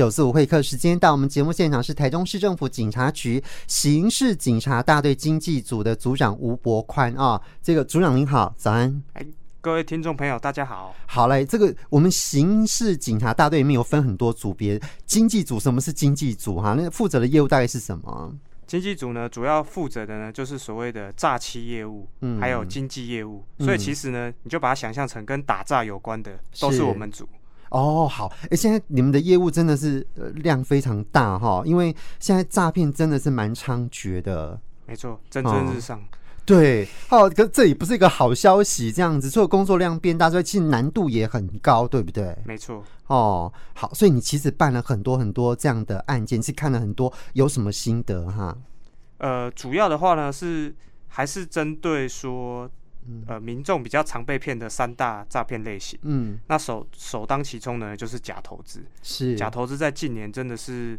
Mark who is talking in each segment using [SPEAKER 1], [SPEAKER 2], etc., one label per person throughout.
[SPEAKER 1] 九四五会客时间到，我们节目现场是台中市政府警察局刑事警察大队经济组的组长吴博宽啊、这个组长您好，早安。
[SPEAKER 2] 各位听众朋友，大家好。
[SPEAKER 1] 好嘞，这个我们刑事警察大队里面有分很多组别，经济组什么是经济组哈、那负责的业务大概是什么？
[SPEAKER 2] 经济组呢，主要负责的呢就是所谓的诈欺业务，
[SPEAKER 1] 嗯
[SPEAKER 2] 还有经济业务。所以其实呢，你就把它想象成跟打诈有关的，都
[SPEAKER 1] 是
[SPEAKER 2] 是我们组。
[SPEAKER 1] 哦，好，哎、现在你们的业务真的是呃量非常大哈，因为现在诈骗真的是蛮猖獗的。
[SPEAKER 2] 没错，蒸蒸日上。
[SPEAKER 1] 对，哦，可这也不是一个好消息，这样子，除了工作量变大之外，其实难度也很高，对不对？
[SPEAKER 2] 没错，
[SPEAKER 1] 哦，好，所以你其实办了很多很多这样的案件，是看了很多，有什么心得哈？
[SPEAKER 2] 呃，主要的话呢是还是针对说，呃，民众比较常被骗的三大诈骗类型。
[SPEAKER 1] 嗯，
[SPEAKER 2] 那首首当其冲呢，就是假投资。
[SPEAKER 1] 是，
[SPEAKER 2] 假投资在近年真的是，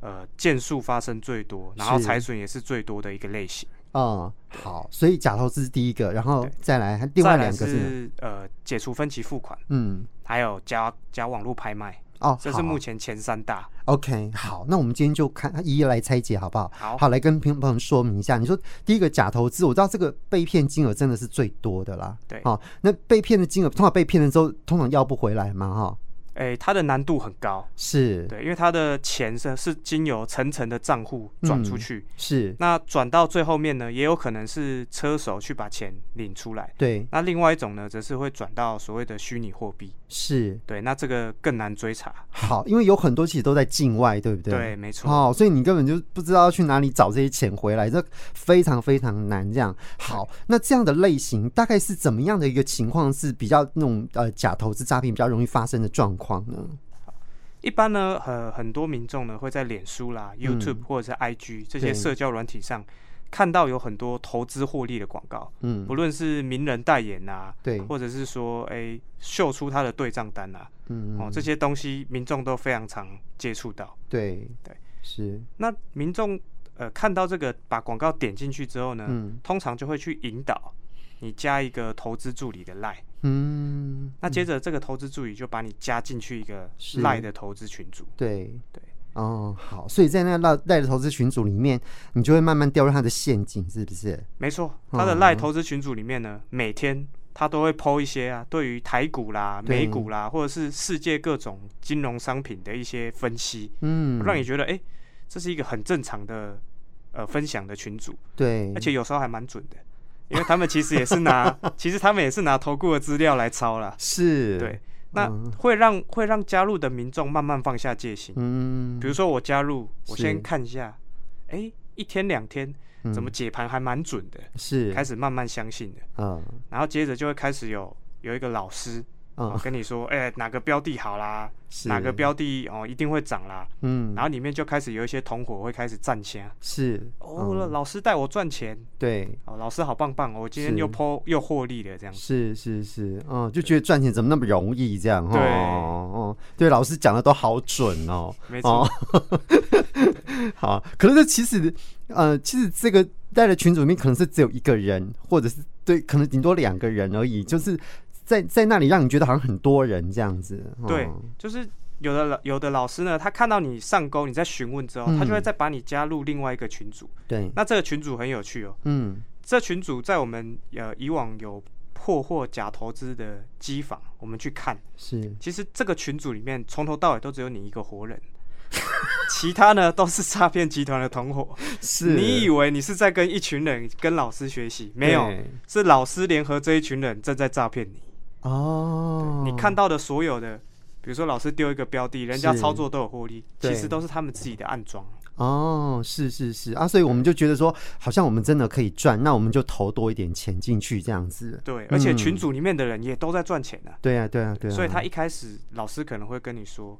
[SPEAKER 2] 呃，件数发生最多，然后
[SPEAKER 1] 是
[SPEAKER 2] 财损也是最多的一个类型。
[SPEAKER 1] 嗯，好，所以假投资是第一个，然后
[SPEAKER 2] 对
[SPEAKER 1] 再来，另外
[SPEAKER 2] 再来
[SPEAKER 1] 两个是，
[SPEAKER 2] 是呃解除分期付款，
[SPEAKER 1] 嗯，
[SPEAKER 2] 还有加加网络拍卖，
[SPEAKER 1] 哦，
[SPEAKER 2] 这
[SPEAKER 1] 好
[SPEAKER 2] 是目前前三大。
[SPEAKER 1] OK，好，那我们今天就看一一来拆解好不好？
[SPEAKER 2] 好
[SPEAKER 1] 来跟听众朋友说明一下。你说第一个假投资，我知道这个被骗金额真的是最多的啦。
[SPEAKER 2] 对
[SPEAKER 1] 好、那被骗的金额，通常被骗了之后，通常要不回来嘛，哈、
[SPEAKER 2] 诶、它的难度很高，
[SPEAKER 1] 是，
[SPEAKER 2] 对，因为它的钱是是经由层层的账户
[SPEAKER 1] 嗯
[SPEAKER 2] 转出去，
[SPEAKER 1] 是，
[SPEAKER 2] 那转到最后面呢，也有可能是车手去把钱领出来。
[SPEAKER 1] 对，
[SPEAKER 2] 那另外一种呢，则是会转到所谓的虚拟货币，
[SPEAKER 1] 是，
[SPEAKER 2] 对，那这个更难追查。
[SPEAKER 1] 好，因为有很多其实都在境外，对不对？
[SPEAKER 2] 对，。没错。
[SPEAKER 1] 哦，所以你根本就不知道要去哪里找这些钱回来，这非常非常难。这样好，那这样的类型大概是怎么样的一个情况是比较那种呃假投资诈骗比较容易发生的状况呢？
[SPEAKER 2] 一般呢，呃，很多民众呢会在脸书啦、YouTube 或者是 IG 这
[SPEAKER 1] 嗯对
[SPEAKER 2] 些社交软体上看到有很多投资获利的广告，
[SPEAKER 1] 嗯，
[SPEAKER 2] 不论是名人代言啊，
[SPEAKER 1] 对
[SPEAKER 2] 或者是说哎、秀出他的对账单啊，
[SPEAKER 1] 嗯，
[SPEAKER 2] 哦，这些东西民众都非常常接触到。
[SPEAKER 1] 对
[SPEAKER 2] 对，
[SPEAKER 1] 是，
[SPEAKER 2] 那民众呃看到这个把广告点进去之后呢，
[SPEAKER 1] 嗯
[SPEAKER 2] 通常就会去引导你加一个投资助理的 line，
[SPEAKER 1] 嗯，
[SPEAKER 2] 那接着这个投资助理就把你加进去一个
[SPEAKER 1] 是
[SPEAKER 2] line 的投资群组。
[SPEAKER 1] 对
[SPEAKER 2] 对。
[SPEAKER 1] 哦，好，所以在那个赖的投资群组里面，你就会慢慢掉入他的陷阱，是不是？
[SPEAKER 2] 没错，
[SPEAKER 1] 嗯
[SPEAKER 2] 他的赖投资群组里面呢，每天他都会抛一些啊，对于台股啦、
[SPEAKER 1] 对
[SPEAKER 2] 美股啦，或者是世界各种金融商品的一些分析，
[SPEAKER 1] 嗯，
[SPEAKER 2] 让你觉得哎、诶这是一个很正常的呃分享的群组，
[SPEAKER 1] 对，
[SPEAKER 2] 而且有时候还蛮准的，因为他们其实也是 拿，其实他们也是拿投顾的资料来抄啦，
[SPEAKER 1] 是，
[SPEAKER 2] 对，，那
[SPEAKER 1] 嗯
[SPEAKER 2] 会让会让加入的民众慢慢放下戒心，
[SPEAKER 1] 嗯，
[SPEAKER 2] 比如说我加入，我
[SPEAKER 1] 是
[SPEAKER 2] 先看一下，哎、一天两天
[SPEAKER 1] 嗯
[SPEAKER 2] 怎么解盘还蛮准的，
[SPEAKER 1] 是，
[SPEAKER 2] 开始慢慢相信的。
[SPEAKER 1] 嗯
[SPEAKER 2] 然后接着就会开始有有一个老师哦
[SPEAKER 1] 嗯，
[SPEAKER 2] 跟你说，哎、哪个标的好啦，
[SPEAKER 1] 是
[SPEAKER 2] 哪个，标的哦一定会涨啦，
[SPEAKER 1] 嗯
[SPEAKER 2] 然，后里面就开始有一些同伙会开始站钱，啊
[SPEAKER 1] 是，
[SPEAKER 2] 哦，
[SPEAKER 1] 嗯
[SPEAKER 2] 老师带我赚钱，
[SPEAKER 1] 对，
[SPEAKER 2] 哦，老师好棒棒，我今天
[SPEAKER 1] 是
[SPEAKER 2] 又抛又获利了这样子，
[SPEAKER 1] 是是是，嗯，就觉得赚钱怎么那么容易这样？
[SPEAKER 2] 对
[SPEAKER 1] 哦，哦对，老师讲的都好准哦。
[SPEAKER 2] 没
[SPEAKER 1] 哦
[SPEAKER 2] 错，，
[SPEAKER 1] 好，啊可是这其实，呃，其实这个带的群组里面可能是只有一个人，或者是对，可能顶多两个人而已，就是在在那里让你觉得好像很多人这样子。哦
[SPEAKER 2] 对，就是。有的老有的老师呢，他看到你上钩，你在询问之后，他就会
[SPEAKER 1] 嗯
[SPEAKER 2] 再把你加入另外一个群组。
[SPEAKER 1] 对，
[SPEAKER 2] 那这个群组很有趣哦，
[SPEAKER 1] 嗯，
[SPEAKER 2] 这群组在我们呃以往有破获假投资的机房，我们去看，
[SPEAKER 1] 是
[SPEAKER 2] 其实这个群组里面从头到尾都只有你一个活人， 其他呢都是诈骗集团的同伙。
[SPEAKER 1] 是，
[SPEAKER 2] 你以为你是在跟一群人跟老师学习，没有，
[SPEAKER 1] 对
[SPEAKER 2] 是老师联合这一群人正在诈骗你。
[SPEAKER 1] 哦，
[SPEAKER 2] 你看到的所有的，比如说老师丢一个标的，人家
[SPEAKER 1] 是
[SPEAKER 2] 操作都有获利，
[SPEAKER 1] 对
[SPEAKER 2] 其实都是他们自己的暗装。
[SPEAKER 1] 哦，是是是啊，所以我们就觉得说，好像我们真的可以赚，那我们就投多一点钱进去这样子。
[SPEAKER 2] 对，而且
[SPEAKER 1] 嗯
[SPEAKER 2] 群组里面的人也都在赚钱啊。
[SPEAKER 1] 对啊，对啊，对嗯啊。
[SPEAKER 2] 所以他一开始老师可能会跟你说。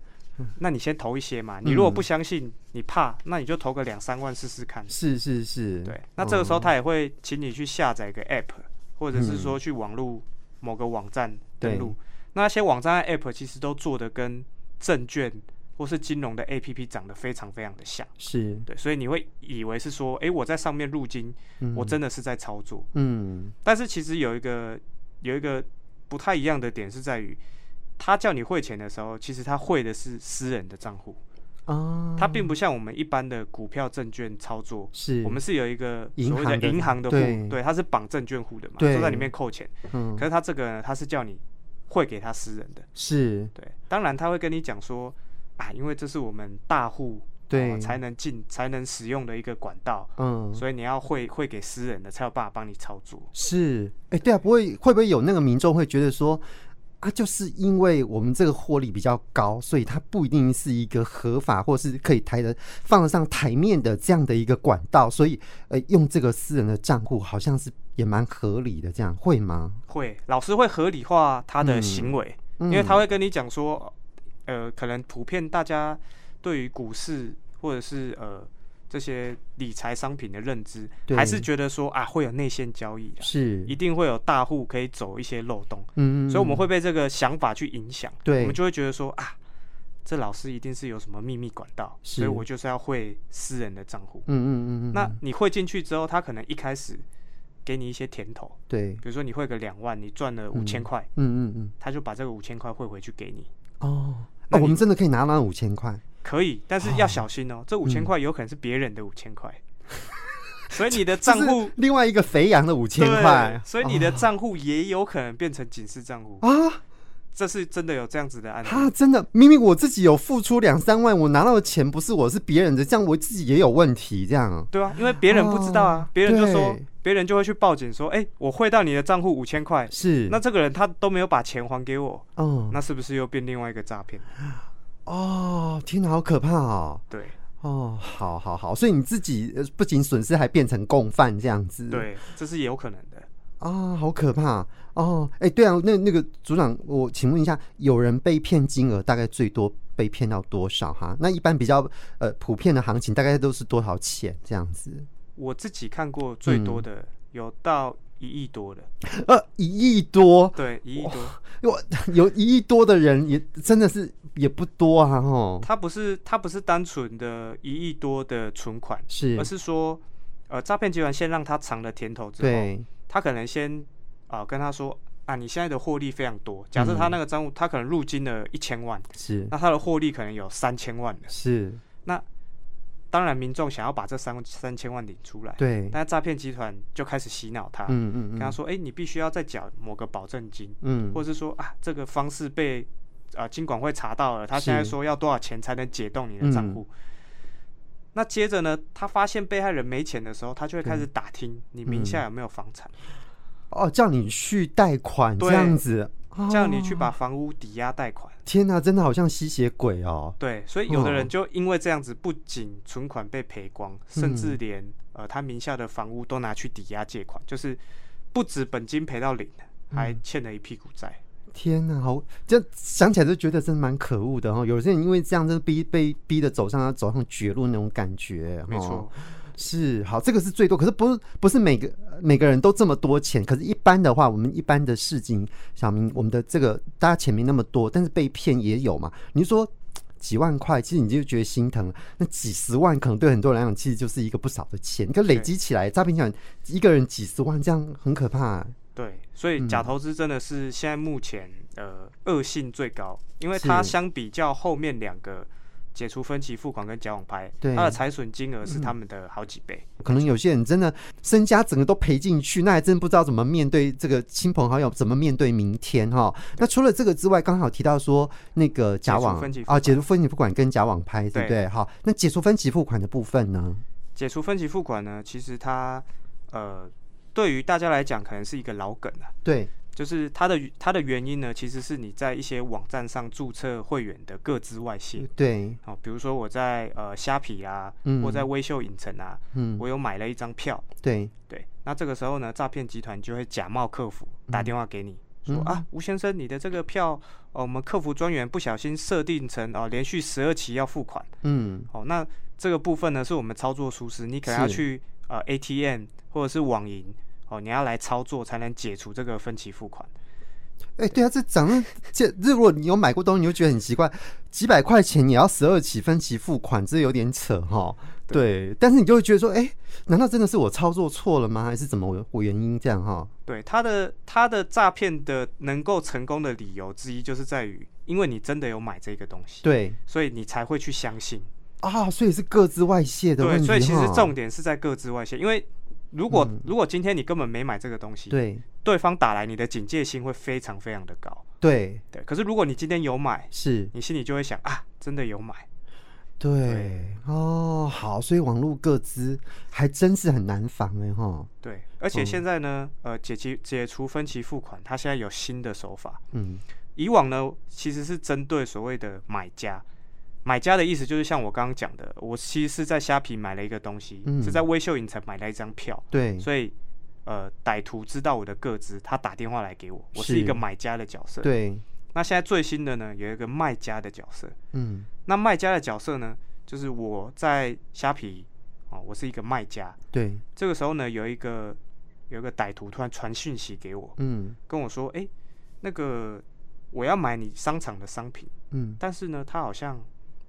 [SPEAKER 2] 那你先投一些嘛，你如果不相信，你怕，那你就投个两三万试试看。
[SPEAKER 1] 是是是，
[SPEAKER 2] 对，那这个时候他也会请你去下载一个 app，或者是说去网络某个网站登录。那些网站和 app 其实都做的跟证券或是金融的 app 长得非常非常的像，
[SPEAKER 1] 是，
[SPEAKER 2] 对，所以你会以为是说，诶，我在上面入金，我真的是在操作。
[SPEAKER 1] 嗯，
[SPEAKER 2] 但是其实有一个有一个不太一样的点是在于，他叫你汇钱的时候，其实他汇的是私人的账户，
[SPEAKER 1] 啊，
[SPEAKER 2] 它并不像我们一般的股票证券操作，
[SPEAKER 1] 是
[SPEAKER 2] 我们是有一个
[SPEAKER 1] 银
[SPEAKER 2] 所谓
[SPEAKER 1] 行的
[SPEAKER 2] 的银行的户，
[SPEAKER 1] 对
[SPEAKER 2] 对，它是绑证券户的嘛，
[SPEAKER 1] 对
[SPEAKER 2] 就在里面扣钱。
[SPEAKER 1] 嗯
[SPEAKER 2] 可是它这个呢，它是叫你汇给他私人的，
[SPEAKER 1] 是
[SPEAKER 2] 对，当然他会跟你讲说啊，因为这是我们大户
[SPEAKER 1] 对
[SPEAKER 2] 哦才能进才能使用的一个管道，
[SPEAKER 1] 嗯
[SPEAKER 2] 所以你要汇汇给私人的才有办法帮你操作。
[SPEAKER 1] 是，哎、对啊，不会会不会有那个民众会觉得说啊，就是因为我们这个获利比较高，所以它不一定是一个合法或是可以抬得放得上台面的这样的一个管道，所以呃，用这个私人的账户好像是也蛮合理的，这样会吗？
[SPEAKER 2] 会，老师会合理化他的行为，
[SPEAKER 1] 嗯
[SPEAKER 2] 因为他会跟你讲说，呃，可能普遍大家对于股市或者是呃这些理财商品的认知，
[SPEAKER 1] 对
[SPEAKER 2] 还是觉得说啊会有内线交易啊，
[SPEAKER 1] 是，
[SPEAKER 2] 一定会有大户可以走一些漏洞，
[SPEAKER 1] 嗯
[SPEAKER 2] 所以我
[SPEAKER 1] 嗯
[SPEAKER 2] 们会被这个想法去影响，
[SPEAKER 1] 对
[SPEAKER 2] 我们就会觉得说啊。这老师一定是有什么秘密管道，
[SPEAKER 1] 是
[SPEAKER 2] 所以我就是要汇私人的账户。
[SPEAKER 1] 嗯嗯嗯嗯，
[SPEAKER 2] 那你汇进去之后，他可能一开始给你一些甜头，
[SPEAKER 1] 对，
[SPEAKER 2] 比如说你汇个两万，你赚了五千块，
[SPEAKER 1] 嗯嗯嗯，
[SPEAKER 2] 他就把这个五千块汇回去给你，
[SPEAKER 1] 哦，那、
[SPEAKER 2] 那
[SPEAKER 1] 我
[SPEAKER 2] 你
[SPEAKER 1] 们真的可以拿到五千块，
[SPEAKER 2] 可以，但
[SPEAKER 1] 啊
[SPEAKER 2] 是要小心哦，这五
[SPEAKER 1] 嗯
[SPEAKER 2] 千块有可能是别人的五 千块，所以你的账户
[SPEAKER 1] 就是另外一个肥羊的五千
[SPEAKER 2] 对
[SPEAKER 1] 块，
[SPEAKER 2] 所以你的账户也有可能变成警示账户，
[SPEAKER 1] 啊。
[SPEAKER 2] 这是真的有这样子的案例。
[SPEAKER 1] 啊，真的，明明我自己有付出两三万，我拿到的钱不是我是别人的，这样我自己也有问题，这样。
[SPEAKER 2] 对啊，因为别人不知道啊
[SPEAKER 1] 哦，
[SPEAKER 2] 别人就说
[SPEAKER 1] 对，
[SPEAKER 2] 别人就会去报警说，哎，我汇到你的账户五千块，
[SPEAKER 1] 是，
[SPEAKER 2] 那这个人他都没有把钱还给我，
[SPEAKER 1] 嗯，
[SPEAKER 2] 那是不是又变另外一个诈骗？
[SPEAKER 1] 哦，天哪，好可怕哦。
[SPEAKER 2] 对
[SPEAKER 1] 哦，好好好，所以你自己呃不仅损失，还变成共犯这样子。
[SPEAKER 2] 对，这是有可能的。
[SPEAKER 1] 啊，好可怕哦！哎、对啊，那那个组长，我请问一下，有人被骗金额大概最多被骗到多少哈？那一般比较呃普遍的行情大概都是多少钱这样子？
[SPEAKER 2] 我自己看过最多
[SPEAKER 1] 嗯
[SPEAKER 2] 的有到一亿多的，
[SPEAKER 1] 呃，一亿多，
[SPEAKER 2] 对，一亿多。
[SPEAKER 1] 我有一亿多的人也真的是也不多啊，吼，
[SPEAKER 2] 它不是它不是单纯的一亿多的存款，
[SPEAKER 1] 是
[SPEAKER 2] 而，是说，呃，诈骗集团先让他尝了甜头之后，
[SPEAKER 1] 对，
[SPEAKER 2] 他可能先啊、跟他说啊，你现在的获利非常
[SPEAKER 1] 嗯
[SPEAKER 2] 多。假设他那个账户，他可能入金了一千万，
[SPEAKER 1] 是
[SPEAKER 2] 那他的获利可能有三千万了。
[SPEAKER 1] 是，
[SPEAKER 2] 当然，民众想要把这三三千万领出来，
[SPEAKER 1] 对，
[SPEAKER 2] 但诈骗集团就开始洗脑他，
[SPEAKER 1] 嗯嗯
[SPEAKER 2] 跟他
[SPEAKER 1] 嗯
[SPEAKER 2] 说，哎、你必须要再缴某个保证金。
[SPEAKER 1] 嗯，
[SPEAKER 2] 或是说啊，这个方式被啊金管会查到了，他现在
[SPEAKER 1] 是嗯
[SPEAKER 2] 说要多少钱才能解冻你的账户？那接着呢，他发现被害人没钱的时候，他就会开始打听你名
[SPEAKER 1] 嗯
[SPEAKER 2] 下有没有房产，
[SPEAKER 1] 哦，叫你去贷款这
[SPEAKER 2] 对
[SPEAKER 1] 样子，
[SPEAKER 2] 叫你去
[SPEAKER 1] 哦
[SPEAKER 2] 把房屋抵押贷款。
[SPEAKER 1] 天哪、真的好像吸血鬼哦，
[SPEAKER 2] 对，所以有的
[SPEAKER 1] 哦
[SPEAKER 2] 人就因为这样子，不仅存款被赔光，甚
[SPEAKER 1] 嗯
[SPEAKER 2] 至连呃他名下的房屋都拿去抵押借款，就是不止本金赔到零，
[SPEAKER 1] 嗯
[SPEAKER 2] 还欠了一屁股债。
[SPEAKER 1] 天哪、好，这想起来就觉得真蛮可恶的哦。有些人因为这样，真的逼被逼的走上要走上绝路那种感觉，
[SPEAKER 2] 没
[SPEAKER 1] 哦
[SPEAKER 2] 错，
[SPEAKER 1] 是好，这个是最多，可是不是不是每个每个人都这么多钱，可是一般的话，我们一般的市井小民，我们的这个大家钱没那么多，但是被骗也有嘛。你说几万块，其实你就觉得心疼，那几十万可能对很多人来讲，其实就是一个不少的钱，可累积起来，诈骗讲一个人几十万，这样很可怕、啊
[SPEAKER 2] 对，所
[SPEAKER 1] 嗯
[SPEAKER 2] 以假投资真的是现在目前、呃恶性最高，因为
[SPEAKER 1] 是
[SPEAKER 2] 它相比较后面两个解除分期付款跟假网拍，
[SPEAKER 1] 对嗯
[SPEAKER 2] 它的财损金额是他们的好几倍。
[SPEAKER 1] 可能有些人真的身家整个都赔进去，那还真不知道怎么面对这个亲朋好友，怎么面对明天哈。那除了这个之外，刚好提到说那个假网
[SPEAKER 2] 解除分期付
[SPEAKER 1] 啊，
[SPEAKER 2] 款
[SPEAKER 1] 解除分期付款跟假网拍，对不
[SPEAKER 2] 对
[SPEAKER 1] 对？好，那解除分期付款的部分呢？
[SPEAKER 2] 解除分期付款呢，其实它呃对于大家来讲可能是一个老梗啊，
[SPEAKER 1] 对，
[SPEAKER 2] 就是它的它的原因呢，其实是你在一些网站上注册会员的各自外泄。
[SPEAKER 1] 对，
[SPEAKER 2] 哦，比如说我在呃虾皮啊，
[SPEAKER 1] 嗯
[SPEAKER 2] 或在微秀影城啊，
[SPEAKER 1] 嗯，
[SPEAKER 2] 我有买了一张票，
[SPEAKER 1] 对，
[SPEAKER 2] 对，那这个时候呢，诈骗集团就会假冒客服
[SPEAKER 1] 嗯
[SPEAKER 2] 打电话给你，说啊，吴先生，你的这个票，哦，我们客服专员不小心设定成哦，连续十二期要付款，
[SPEAKER 1] 嗯，
[SPEAKER 2] 哦，那这个部分呢是我们操作疏失，你可能要
[SPEAKER 1] 是
[SPEAKER 2] 去呃 ATM 或者是网银，哦，你要来操作才能解除这个分期付款。
[SPEAKER 1] 哎、对啊，这涨了，这这如果你有买过东西，你就觉得很奇怪，几百块钱也要十二期分期付款，这有点扯哈。对，但是你就会觉得说，哎、难道真的是我操作错了吗？还是怎么我我原因这样哈？
[SPEAKER 2] 对，它的它的诈骗的能够成功的理由之一，就是在于因为你真的有买这个东西，
[SPEAKER 1] 对
[SPEAKER 2] 所以你才会去相信。
[SPEAKER 1] 啊，所以是各自外泄的问题哈。嗯
[SPEAKER 2] 对，所以其实重点是在各自外泄，因为如果、如果今天你根本没买这个东西，
[SPEAKER 1] 对
[SPEAKER 2] 对方打来，你的警戒心会非常非常的高。
[SPEAKER 1] 对
[SPEAKER 2] 对，可是如果你今天有买，
[SPEAKER 1] 是，
[SPEAKER 2] 你心里就会想啊，真的有买。
[SPEAKER 1] 对哦，好，所以网络各自还真是很难防哎哈。
[SPEAKER 2] 对，而且现在呢，呃，解决解除分期付款，它现在有新的手法。
[SPEAKER 1] 嗯，
[SPEAKER 2] 以往呢，其实是针对所谓的买家。买家的意思就是像我刚刚讲的，我其实是在虾皮买了一个东西，
[SPEAKER 1] 嗯
[SPEAKER 2] 是在微秀影城买了一张票，
[SPEAKER 1] 对
[SPEAKER 2] 所以呃，歹徒知道我的个资，他打电话来给我，我是
[SPEAKER 1] 是
[SPEAKER 2] 一个买家的角色。
[SPEAKER 1] 对，
[SPEAKER 2] 那现在最新的呢，有一个卖家的角色。
[SPEAKER 1] 嗯
[SPEAKER 2] 那卖家的角色呢，就是我在虾皮哦，我是一个卖家。
[SPEAKER 1] 对，
[SPEAKER 2] 这个时候呢，有一个有一个歹徒突然传讯息给我，
[SPEAKER 1] 嗯
[SPEAKER 2] 跟我说：“哎、那个我要买你商场的商品，
[SPEAKER 1] 嗯
[SPEAKER 2] 但是呢，他好像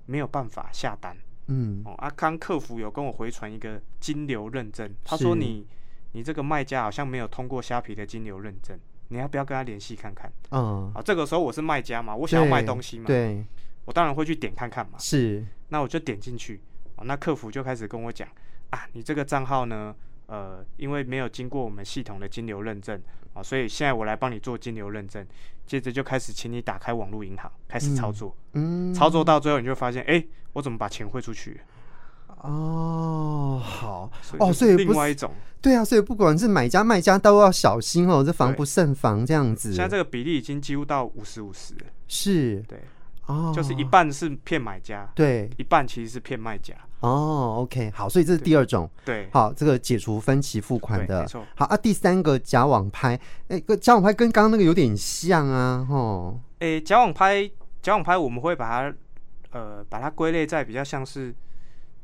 [SPEAKER 2] 没有办法下单
[SPEAKER 1] 嗯
[SPEAKER 2] 哦。”阿康客服有跟我回传一个金流认证，他说
[SPEAKER 1] 是
[SPEAKER 2] 你你这个卖家好像没有通过虾皮的金流认证，你要不要跟他联系看看？
[SPEAKER 1] 啊，
[SPEAKER 2] 啊，这个时候我是卖家嘛，我想要卖
[SPEAKER 1] 对
[SPEAKER 2] 东西嘛，
[SPEAKER 1] 对
[SPEAKER 2] 我当然会去点看看嘛。
[SPEAKER 1] 是，
[SPEAKER 2] 那我就点进去，哦，那客服就开始跟我讲啊，你这个账号呢，呃，因为没有经过我们系统的金流认证啊、哦，所以现在我来帮你做金流认证。接着就开始请你打开网络银行开始操作，
[SPEAKER 1] 嗯
[SPEAKER 2] 操作到最后你就发现，哎、我怎么把钱汇出去？
[SPEAKER 1] 哦好
[SPEAKER 2] 所
[SPEAKER 1] 哦，
[SPEAKER 2] 就
[SPEAKER 1] 所
[SPEAKER 2] 是
[SPEAKER 1] 以
[SPEAKER 2] 另
[SPEAKER 1] 不
[SPEAKER 2] 外
[SPEAKER 1] 是
[SPEAKER 2] 一种，
[SPEAKER 1] 对啊，所以不管是买家卖家都要小心哦，这防
[SPEAKER 2] 对
[SPEAKER 1] 不胜防这样子
[SPEAKER 2] 现。在这个比例已经几乎到五十五十，
[SPEAKER 1] 是
[SPEAKER 2] 对，
[SPEAKER 1] 哦，
[SPEAKER 2] 就是一半是骗买家，
[SPEAKER 1] 对
[SPEAKER 2] 一半其实是骗卖家，
[SPEAKER 1] 哦，OK 好，所以这是第二种。
[SPEAKER 2] 对，
[SPEAKER 1] 好，这个解除分期付款
[SPEAKER 2] 对
[SPEAKER 1] 的
[SPEAKER 2] 没错。
[SPEAKER 1] 好啊，第三个假网拍，哎、个假网拍跟刚刚那个有点像啊，吼，
[SPEAKER 2] 诶、假网拍，假网拍我们会把它呃把它归类在比较像是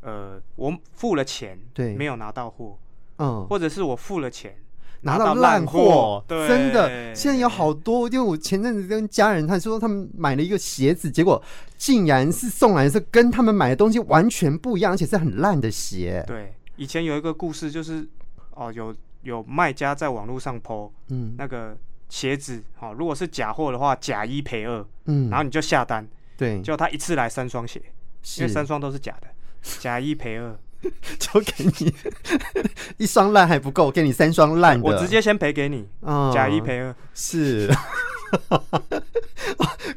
[SPEAKER 2] 呃我付了钱，
[SPEAKER 1] 对
[SPEAKER 2] 没有拿到货，
[SPEAKER 1] 嗯，
[SPEAKER 2] 或者是我付了钱
[SPEAKER 1] 拿
[SPEAKER 2] 到
[SPEAKER 1] 烂
[SPEAKER 2] 货，对，
[SPEAKER 1] 真的，现在有好多，因为我前阵子跟家人，他说他们买了一个鞋子，结果竟然是送来的是跟他们买的东西完全不一样，而且是很烂的鞋，
[SPEAKER 2] 对，以前有一个故事就是哦有有卖家在网络上 PO
[SPEAKER 1] 嗯
[SPEAKER 2] 那个鞋子，哦如果是假货的话，假一赔二，
[SPEAKER 1] 嗯
[SPEAKER 2] 然，后你就下单，
[SPEAKER 1] 对
[SPEAKER 2] 结，果他一次来三双鞋，因
[SPEAKER 1] 是
[SPEAKER 2] 为三双都 是假的，假一赔二，
[SPEAKER 1] 就给你一双烂还不够，给你三双烂的，
[SPEAKER 2] 我直接先赔给你，
[SPEAKER 1] 啊
[SPEAKER 2] 假一赔二，
[SPEAKER 1] 是。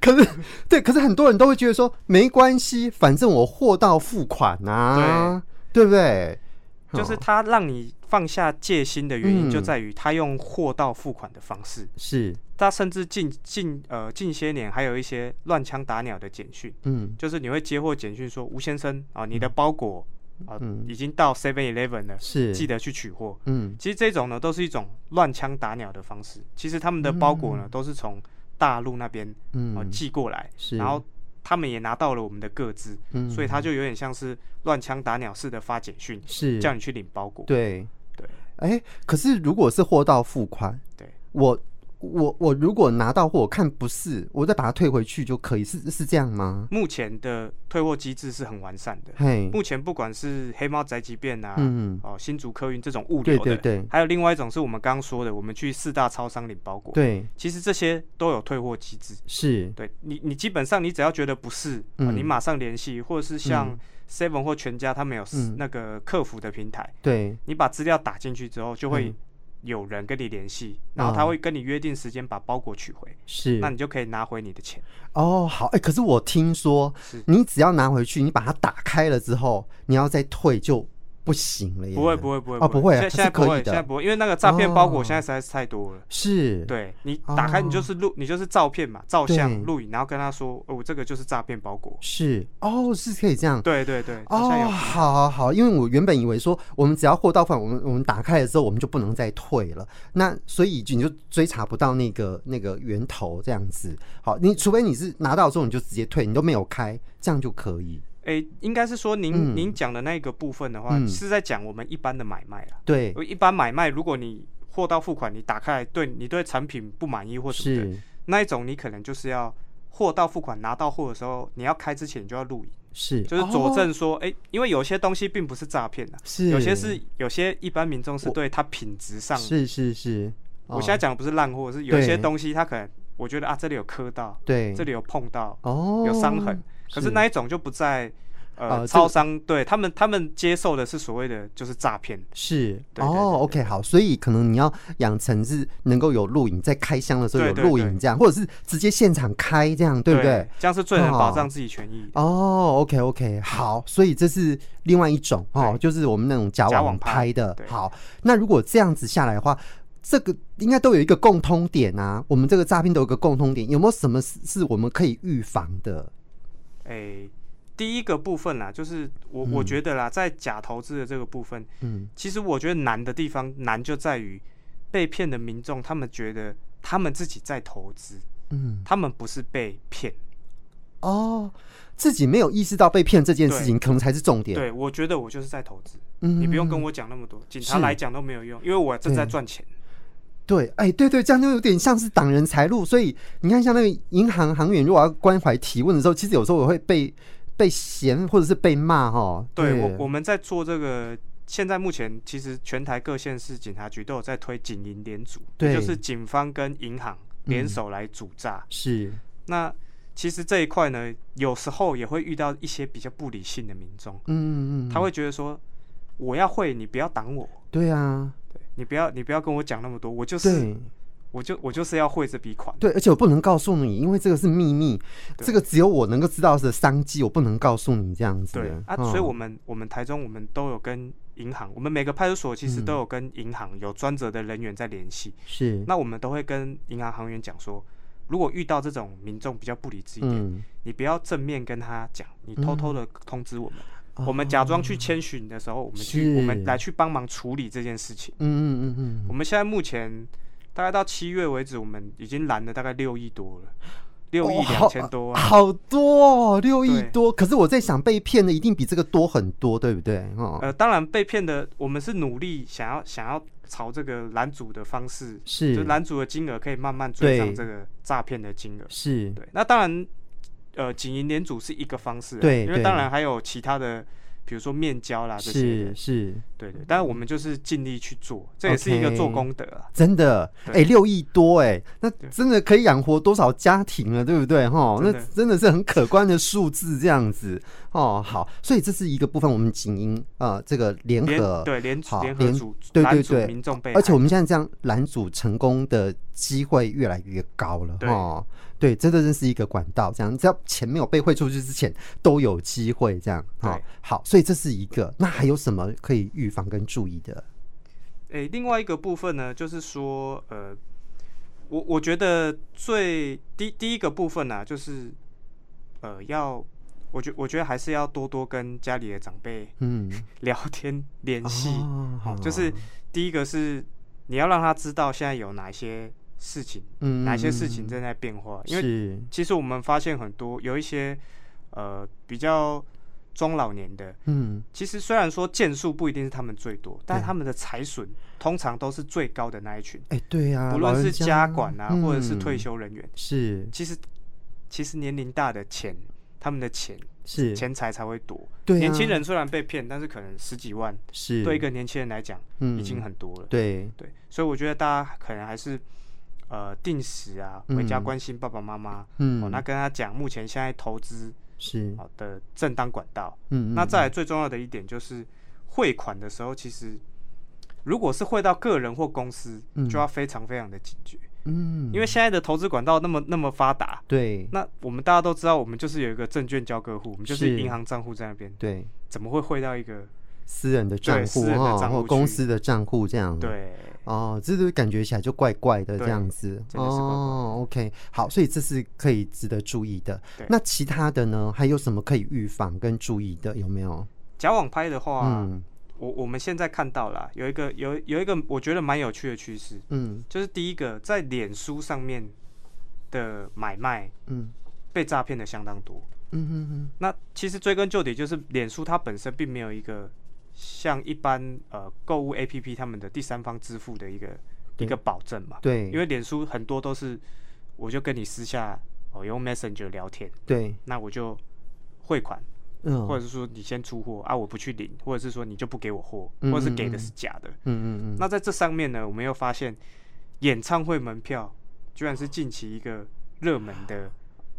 [SPEAKER 1] 可是，对，可是很多人都会觉得说没关系，反正我货到付款啊，对不对？
[SPEAKER 2] 就是
[SPEAKER 1] 哦
[SPEAKER 2] 他让你放下戒心的原因，
[SPEAKER 1] 嗯
[SPEAKER 2] 就在于他用货到付款的方式。
[SPEAKER 1] 是，
[SPEAKER 2] 他甚至近近呃近些年还有一些乱枪打鸟的简讯，
[SPEAKER 1] 嗯
[SPEAKER 2] 就是你会接获简讯说吴先生啊，你的包裹啊
[SPEAKER 1] 嗯
[SPEAKER 2] 已经到 Seven Eleven 了，
[SPEAKER 1] 是，
[SPEAKER 2] 记得去取货。
[SPEAKER 1] 嗯
[SPEAKER 2] 其实这种呢都是一种乱枪打鸟的方式。其实他们的包裹呢都是从大陆那边啊
[SPEAKER 1] 嗯
[SPEAKER 2] 寄过来，
[SPEAKER 1] 是，
[SPEAKER 2] 然后他们也拿到了我们的个资，
[SPEAKER 1] 嗯
[SPEAKER 2] 所以他就有点像是乱枪打鸟似的发简讯
[SPEAKER 1] 是
[SPEAKER 2] 叫你去领包裹。
[SPEAKER 1] 对
[SPEAKER 2] 对，
[SPEAKER 1] 哎，可是如果是货到付款，
[SPEAKER 2] 对
[SPEAKER 1] 我我我如果拿到货，我看不是，我再把它退回去就可以，是是这样吗？
[SPEAKER 2] 目前的退货机制是很完善的。
[SPEAKER 1] 嘿，
[SPEAKER 2] 目前不管是黑猫宅急便啊，
[SPEAKER 1] 嗯，
[SPEAKER 2] 哦新竹客运这种物
[SPEAKER 1] 对
[SPEAKER 2] 流的，
[SPEAKER 1] 对对
[SPEAKER 2] 还有另外一种是我们刚刚说的，我们去四大超商领包裹，
[SPEAKER 1] 对
[SPEAKER 2] 其实这些都有退货机制。
[SPEAKER 1] 是，
[SPEAKER 2] 对你，你基本上你只要觉得不是，哦
[SPEAKER 1] 嗯
[SPEAKER 2] 你马上联系，或者是像
[SPEAKER 1] 嗯
[SPEAKER 2] Seven 或全家他们有
[SPEAKER 1] 嗯
[SPEAKER 2] 那个客服的平台，
[SPEAKER 1] 对
[SPEAKER 2] 你把资料打进去之后，就会
[SPEAKER 1] 嗯啊
[SPEAKER 2] 有人跟你联系，然后他会跟你约定时间把包裹取回，
[SPEAKER 1] 是
[SPEAKER 2] 那。你就可以拿回你的钱。
[SPEAKER 1] 哦，好，哎、可是我听说
[SPEAKER 2] 是，
[SPEAKER 1] 你只要拿回去，你把它打开了之后，你要再退就不行了耶。
[SPEAKER 2] 不会不会不会
[SPEAKER 1] 哦不会
[SPEAKER 2] 现在
[SPEAKER 1] 是
[SPEAKER 2] 现在不
[SPEAKER 1] 可
[SPEAKER 2] 会，
[SPEAKER 1] 以的
[SPEAKER 2] 现在不会，因为那个诈骗包裹
[SPEAKER 1] 哦
[SPEAKER 2] 现在实在是太多了。
[SPEAKER 1] 是，
[SPEAKER 2] 对你打开
[SPEAKER 1] 哦
[SPEAKER 2] 你就是录，你就是照片嘛，照相
[SPEAKER 1] 对
[SPEAKER 2] 录影，然后跟他说，哦，我这个就是诈骗包裹。
[SPEAKER 1] 是，哦，是可以这样。
[SPEAKER 2] 对对对，好像
[SPEAKER 1] 哦，
[SPEAKER 2] 有
[SPEAKER 1] 好好好，因为我原本以为说，我们只要货到付款，我们我们打开了之后，我们就不能再退了。那所以你就追查不到那个那个源头这样子。好，你除非你是拿到之后你就直接退，你都没有开，这样就可以。
[SPEAKER 2] 诶，应该是说您
[SPEAKER 1] 嗯
[SPEAKER 2] 您讲的那个部分的话，
[SPEAKER 1] 嗯
[SPEAKER 2] 是在讲我们一般的买卖啦。
[SPEAKER 1] 对，
[SPEAKER 2] 一般买卖，如果你货到付款，你打开来，对你对产品不满意或什么的，
[SPEAKER 1] 是
[SPEAKER 2] 那一种你可能就是要货到付款拿到货的时候，你要开之前你就要录影，
[SPEAKER 1] 是，
[SPEAKER 2] 就是佐
[SPEAKER 1] 哦
[SPEAKER 2] 证说，诶，因为有些东西并不是诈骗啊，
[SPEAKER 1] 是
[SPEAKER 2] 有些是有些一般民众是
[SPEAKER 1] 我
[SPEAKER 2] 对它品质上
[SPEAKER 1] 是是是。哦
[SPEAKER 2] 我现在讲的不是烂货，是有一
[SPEAKER 1] 对
[SPEAKER 2] 些东西它可能我觉得啊这里有磕到，
[SPEAKER 1] 对
[SPEAKER 2] 这，里有碰到，
[SPEAKER 1] 哦，
[SPEAKER 2] 有伤痕，可是
[SPEAKER 1] 是
[SPEAKER 2] 那一种就不在
[SPEAKER 1] 啊这
[SPEAKER 2] 呃
[SPEAKER 1] 个
[SPEAKER 2] 超商，对他们他们接受的是所谓的就是诈骗，
[SPEAKER 1] 是
[SPEAKER 2] 对对对
[SPEAKER 1] 哦
[SPEAKER 2] 对
[SPEAKER 1] ，OK，好，所以可能你要养成是能够有录影，在开箱的时候有
[SPEAKER 2] 对对
[SPEAKER 1] 录
[SPEAKER 2] 对
[SPEAKER 1] 影这样，或者是直接现场开这样，对不对？？
[SPEAKER 2] 这样是最能
[SPEAKER 1] 哦
[SPEAKER 2] 保障自己权益的。嗯
[SPEAKER 1] 哦，OK OK，好，所以这是另外一种哦，
[SPEAKER 2] 对
[SPEAKER 1] 就是我们那种假
[SPEAKER 2] 假
[SPEAKER 1] 网
[SPEAKER 2] 网拍
[SPEAKER 1] 拍的。
[SPEAKER 2] 对
[SPEAKER 1] 好，那如果这样子下来的话，这个应该都有一个共通点啊。我们这个诈骗都有一个共通点，有没有什么是是我们可以预防的？
[SPEAKER 2] 诶、第一个部分啦，就是我、我觉得啦，在假投资的这个部分，
[SPEAKER 1] 嗯，
[SPEAKER 2] 其实我觉得难的地方难就在于被骗的民众，他们觉得他们自己在投资，
[SPEAKER 1] 嗯，
[SPEAKER 2] 他们不是被骗。
[SPEAKER 1] 哦，自己没有意识到被骗这件事情，可能才是重点。
[SPEAKER 2] 对，我觉得我就是在投资，
[SPEAKER 1] 嗯，
[SPEAKER 2] 你不用跟我讲那么多，警察
[SPEAKER 1] 是
[SPEAKER 2] 来讲都没有用，因为我正在赚钱。
[SPEAKER 1] 对，哎、对对，这样就有点像是挡人财路。所以你看，像那个银行行员，如果要关怀提问的时候，其实有时候我会被被嫌或者是被骂哦哈。
[SPEAKER 2] 对我，我们在做这个。现在目前，其实全台各县市警察局都有在推警银联组，
[SPEAKER 1] 对嗯
[SPEAKER 2] 也就是警方跟银行联手来组诈。
[SPEAKER 1] 是
[SPEAKER 2] 那其实这一块呢，有时候也会遇到一些比较不理性的民众，
[SPEAKER 1] 嗯嗯嗯，
[SPEAKER 2] 他会觉得说，我要会，你不要挡我，
[SPEAKER 1] 对啊，
[SPEAKER 2] 对你不要你不要跟我讲那么多，我就是
[SPEAKER 1] 对
[SPEAKER 2] 我就我就是要会这笔款，
[SPEAKER 1] 对，而且我不能告诉你，因为这个是秘密，
[SPEAKER 2] 对
[SPEAKER 1] 这个只有我能够知道的商机，我不能告诉你这样子
[SPEAKER 2] 对
[SPEAKER 1] 的。
[SPEAKER 2] 啊，
[SPEAKER 1] 哦
[SPEAKER 2] 所以我们我们台中我们都有跟银行，我们每个派出所其实
[SPEAKER 1] 嗯
[SPEAKER 2] 都有跟银行有专责的人员在联系，
[SPEAKER 1] 是
[SPEAKER 2] 那我们都会跟银行行员讲说，如果遇到这种民众比较不理智一点，
[SPEAKER 1] 嗯，
[SPEAKER 2] 你不要正面跟他讲，你偷偷的通知我们，我们假装去谦虚你的时候，我们去
[SPEAKER 1] 哦是
[SPEAKER 2] 我们来去帮忙处理这件事情。
[SPEAKER 1] 嗯嗯嗯
[SPEAKER 2] 我们现在目前大概到七月为止，我们已经拦了大概六亿多了，六亿
[SPEAKER 1] 哦
[SPEAKER 2] 两千多
[SPEAKER 1] 嗯，
[SPEAKER 2] 万。
[SPEAKER 1] 好多哦，六亿
[SPEAKER 2] 对
[SPEAKER 1] 多。可是我在想，被骗的一定比这个多很多，对不对？哦，
[SPEAKER 2] 呃，当然被骗的，我们是努力想要想要朝这个拦阻的方式，就是拦阻的金额可以慢慢
[SPEAKER 1] 对
[SPEAKER 2] 追上这个诈骗的金额。
[SPEAKER 1] 是，
[SPEAKER 2] 对，那当然，呃，警银联组是一个方式啊，
[SPEAKER 1] 对
[SPEAKER 2] 因为
[SPEAKER 1] 对
[SPEAKER 2] 当然还有其他的，比如说面交啊啦这些
[SPEAKER 1] 是，
[SPEAKER 2] 的
[SPEAKER 1] 是，
[SPEAKER 2] 对对，但是我们就是尽力去做，这也是一个
[SPEAKER 1] 嗯 OK
[SPEAKER 2] 做功德啊。
[SPEAKER 1] 真的，哎、
[SPEAKER 2] 对
[SPEAKER 1] 六亿多哎、那
[SPEAKER 2] 对
[SPEAKER 1] 真的可以养活多少家庭了，对不对？哈，那
[SPEAKER 2] 真的
[SPEAKER 1] 真的是很可观的数字，这样子哦。好，所以这是一个部分，我们警英呃这个联
[SPEAKER 2] 联
[SPEAKER 1] 合，
[SPEAKER 2] 对联
[SPEAKER 1] 好
[SPEAKER 2] 联合
[SPEAKER 1] 联
[SPEAKER 2] 组
[SPEAKER 1] 对
[SPEAKER 2] 拦
[SPEAKER 1] 对
[SPEAKER 2] 阻
[SPEAKER 1] 对
[SPEAKER 2] 民众被害，
[SPEAKER 1] 而且我们现在这样拦阻成功的机会越来越高了
[SPEAKER 2] 对
[SPEAKER 1] 哦。对，真的真是一个管道，这样只要钱没有被汇出去之前都有机会这样。哦
[SPEAKER 2] 对，
[SPEAKER 1] 好，所以这是一个。那还有什么可以预防跟注意的？
[SPEAKER 2] 诶，另外一个部分呢，就是说，呃，我我觉得最第第一个部分呢、啊，就是呃，要我觉我觉得还是要多多跟家里的长辈
[SPEAKER 1] 嗯，
[SPEAKER 2] 聊天联系。
[SPEAKER 1] 哦
[SPEAKER 2] 哦，就是第一个是你要让他知道现在有哪些事情，
[SPEAKER 1] 嗯
[SPEAKER 2] 哪些事
[SPEAKER 1] 嗯
[SPEAKER 2] 情正在变化，因为
[SPEAKER 1] 是
[SPEAKER 2] 其实我们发现很多有一些呃比较中老年的，
[SPEAKER 1] 嗯
[SPEAKER 2] 其实虽然说件数不一定是他们最多，但
[SPEAKER 1] 对
[SPEAKER 2] 他们的财损通常都是最高的那一群，
[SPEAKER 1] 哎、对呀、
[SPEAKER 2] 不
[SPEAKER 1] 老
[SPEAKER 2] 论
[SPEAKER 1] 人
[SPEAKER 2] 是
[SPEAKER 1] 家
[SPEAKER 2] 家管啊，或者是退，
[SPEAKER 1] 嗯
[SPEAKER 2] 休人员，
[SPEAKER 1] 是
[SPEAKER 2] 其实其实年龄大的钱，他们的钱
[SPEAKER 1] 是，
[SPEAKER 2] 钱财才会多。
[SPEAKER 1] 对、啊，
[SPEAKER 2] 年轻人虽然被骗，但是可能十几万
[SPEAKER 1] 是
[SPEAKER 2] 对一个年轻人来讲
[SPEAKER 1] 嗯
[SPEAKER 2] 已经很多了。
[SPEAKER 1] 对，
[SPEAKER 2] 对，所以我觉得大家可能还是呃定时啊回家
[SPEAKER 1] 嗯
[SPEAKER 2] 关心爸爸妈妈，
[SPEAKER 1] 嗯，
[SPEAKER 2] 哦，那跟他讲目前现在投资
[SPEAKER 1] 是
[SPEAKER 2] 好的正当管道。
[SPEAKER 1] 嗯，
[SPEAKER 2] 那
[SPEAKER 1] 嗯
[SPEAKER 2] 再来最重要的一点就是汇款的时候，其实如果是汇到个人或公司，
[SPEAKER 1] 嗯
[SPEAKER 2] 就要非常非常的警觉，
[SPEAKER 1] 嗯，
[SPEAKER 2] 因为现在的投资管道那么那么发达，
[SPEAKER 1] 对
[SPEAKER 2] 那我们大家都知道，我们就是有一个证券交割户，我们就是
[SPEAKER 1] 是
[SPEAKER 2] 银行账户在那边，
[SPEAKER 1] 对
[SPEAKER 2] 怎么会汇到一个
[SPEAKER 1] 私人的账户
[SPEAKER 2] 私人的
[SPEAKER 1] 哈，
[SPEAKER 2] 账
[SPEAKER 1] 或
[SPEAKER 2] 户
[SPEAKER 1] 公
[SPEAKER 2] 去
[SPEAKER 1] 司的账户这样，。
[SPEAKER 2] 对？
[SPEAKER 1] 哦，这就感觉起来就怪怪的这
[SPEAKER 2] 对
[SPEAKER 1] 样子
[SPEAKER 2] 真的是怪怪的
[SPEAKER 1] 哦。OK，好，所以这是可以值得注意的
[SPEAKER 2] 对。
[SPEAKER 1] 那其他的呢？还有什么可以预防跟注意的？有没有？
[SPEAKER 2] 假网拍的话，
[SPEAKER 1] 嗯
[SPEAKER 2] 我我们现在看到了有一个有有一个我觉得蛮有趣的趋势，
[SPEAKER 1] 嗯
[SPEAKER 2] 就是第一个在脸书上面的买卖
[SPEAKER 1] 嗯
[SPEAKER 2] 被诈骗的相当多。
[SPEAKER 1] 嗯嗯嗯，
[SPEAKER 2] 那其实追根究底，就是脸书它本身并没有一个像一般呃购物 APP 他们的第三方支付的一个一
[SPEAKER 1] 对
[SPEAKER 2] 个保证嘛，
[SPEAKER 1] 对，
[SPEAKER 2] 因为脸书很多都是我就跟你私下哦用 Messenger 聊天，
[SPEAKER 1] 对，
[SPEAKER 2] 那我就汇款，
[SPEAKER 1] 嗯，
[SPEAKER 2] 或者是说你先出货啊，我不去领，或者是说你就不给我货，
[SPEAKER 1] 嗯
[SPEAKER 2] 或者是给的是假的。
[SPEAKER 1] 嗯嗯嗯，
[SPEAKER 2] 那在这上面呢，我们又发现演唱会门票居然是近期一个热门的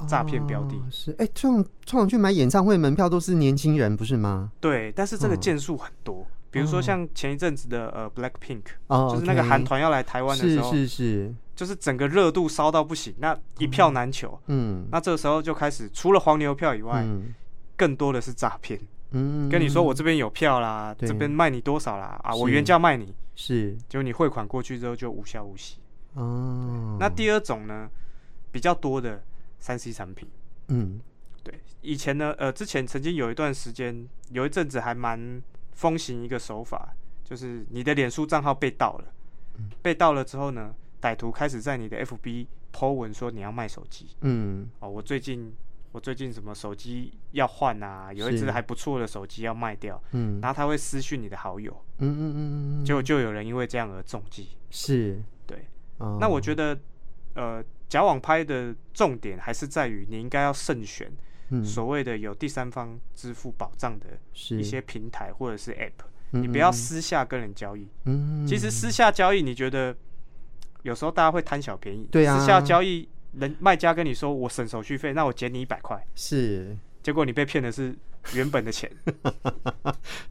[SPEAKER 2] 诈骗标的。
[SPEAKER 1] 哦是哎，通常通常去买演唱会门票都是年轻人，不是吗？
[SPEAKER 2] 对，但是这个
[SPEAKER 1] 嗯
[SPEAKER 2] 件数很多，比如说
[SPEAKER 1] 哦
[SPEAKER 2] 像前一阵子的呃 Black Pink，
[SPEAKER 1] 哦，
[SPEAKER 2] 就是那个
[SPEAKER 1] OK
[SPEAKER 2] 韩团要来台湾的时
[SPEAKER 1] 是
[SPEAKER 2] 候，
[SPEAKER 1] 是是，
[SPEAKER 2] 就是整个热度烧到不行，那一票难求。
[SPEAKER 1] 嗯，
[SPEAKER 2] 那这时候就开始，除了黄牛票以外，
[SPEAKER 1] 嗯
[SPEAKER 2] 更多的是诈骗。
[SPEAKER 1] 嗯
[SPEAKER 2] 跟你说我这边有票啦，
[SPEAKER 1] 对
[SPEAKER 2] 这边卖你多少啦，啊，我
[SPEAKER 1] 是
[SPEAKER 2] 原价卖你，
[SPEAKER 1] 是
[SPEAKER 2] 结果你汇款过去之后就无效无息。
[SPEAKER 1] 哦，
[SPEAKER 2] 那第二种呢，比较多的三 C 产品。
[SPEAKER 1] 嗯
[SPEAKER 2] 对，以前呢，呃，之前曾经有一段时间，有一阵子还蛮风行一个手法，就是你的脸书账号被盗了，
[SPEAKER 1] 嗯
[SPEAKER 2] 被盗了之后呢，歹徒开始在你的 FB 抛文说你要卖手机
[SPEAKER 1] 嗯
[SPEAKER 2] 哦，我最近我最近什么手机要换啊，有一
[SPEAKER 1] 是
[SPEAKER 2] 只还不错的手机要卖掉，
[SPEAKER 1] 嗯
[SPEAKER 2] 然后他会私讯你的好友，
[SPEAKER 1] 嗯嗯嗯嗯，
[SPEAKER 2] 结果就有人因为这样而中计。
[SPEAKER 1] 是
[SPEAKER 2] 对，
[SPEAKER 1] 哦，
[SPEAKER 2] 那我觉得，呃，假网拍的重点还是在于你应该要慎选。
[SPEAKER 1] 嗯
[SPEAKER 2] 所谓的有第三方支付保障的
[SPEAKER 1] 是
[SPEAKER 2] 一些平台或者是 App，
[SPEAKER 1] 嗯
[SPEAKER 2] 你不要私下跟人交易。
[SPEAKER 1] 嗯，嗯
[SPEAKER 2] 其实私下交易，你觉得有时候大家会贪小便宜，
[SPEAKER 1] 对啊
[SPEAKER 2] 私下交易，人卖家跟你说我省手续费，那我减你一百块，
[SPEAKER 1] 是
[SPEAKER 2] 结果你被骗的是原本 的钱。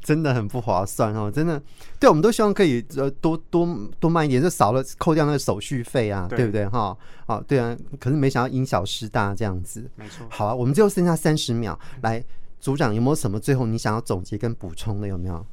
[SPEAKER 1] 真的很不划算哦，真的。对，我们都希望可以呃多多多卖一点，就少了扣掉那个手续费啊，
[SPEAKER 2] 对
[SPEAKER 1] 对不对哈？好、对啊。可是没想到因小失大这样子。
[SPEAKER 2] 没错，
[SPEAKER 1] 好啊，我们就剩下三十秒，来，组长有没有什么最后你想要总结跟补充的？有没有？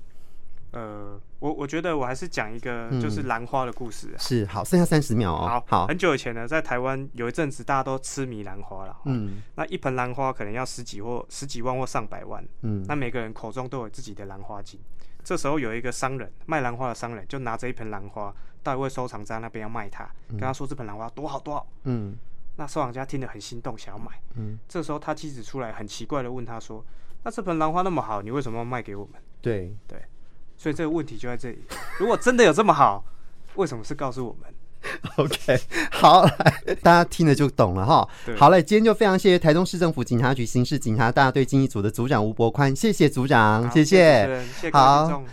[SPEAKER 2] 呃，我我觉得我还是讲一个就是兰花的故事啊、
[SPEAKER 1] 是好，剩下三十嗯秒哦。
[SPEAKER 2] 好，哎
[SPEAKER 1] 好，
[SPEAKER 2] 很久以前呢，在台湾有一阵子大家都痴迷兰花了，
[SPEAKER 1] 嗯
[SPEAKER 2] 那一盆兰花可能要十几或十几万或上百万。
[SPEAKER 1] 嗯
[SPEAKER 2] 那每个人口中都有自己的兰花精。这时候有一个商人卖兰花的商人，就拿着一盆兰花到一位收藏家那边要卖它，跟他说这盆兰花多好多好。
[SPEAKER 1] 嗯
[SPEAKER 2] 那收藏家听得很心动，想要买。
[SPEAKER 1] 嗯，
[SPEAKER 2] 这时候他妻子出来，很奇怪的问他说：“那这盆兰花那么好，你为什么要卖给我们
[SPEAKER 1] 对，？”
[SPEAKER 2] 所以这个问题就在这里。如果真的有这么好，为什么是告诉我们？
[SPEAKER 1] OK，好， 来，大家听了就懂了哈
[SPEAKER 2] 对。
[SPEAKER 1] 好嘞，今天就非常谢谢台中市政府警察局刑事警察大队经一组的组长吴伯宽，谢谢组长，
[SPEAKER 2] 好
[SPEAKER 1] 嗯谢
[SPEAKER 2] 谢主持人谢谢各位
[SPEAKER 1] 好
[SPEAKER 2] 听众。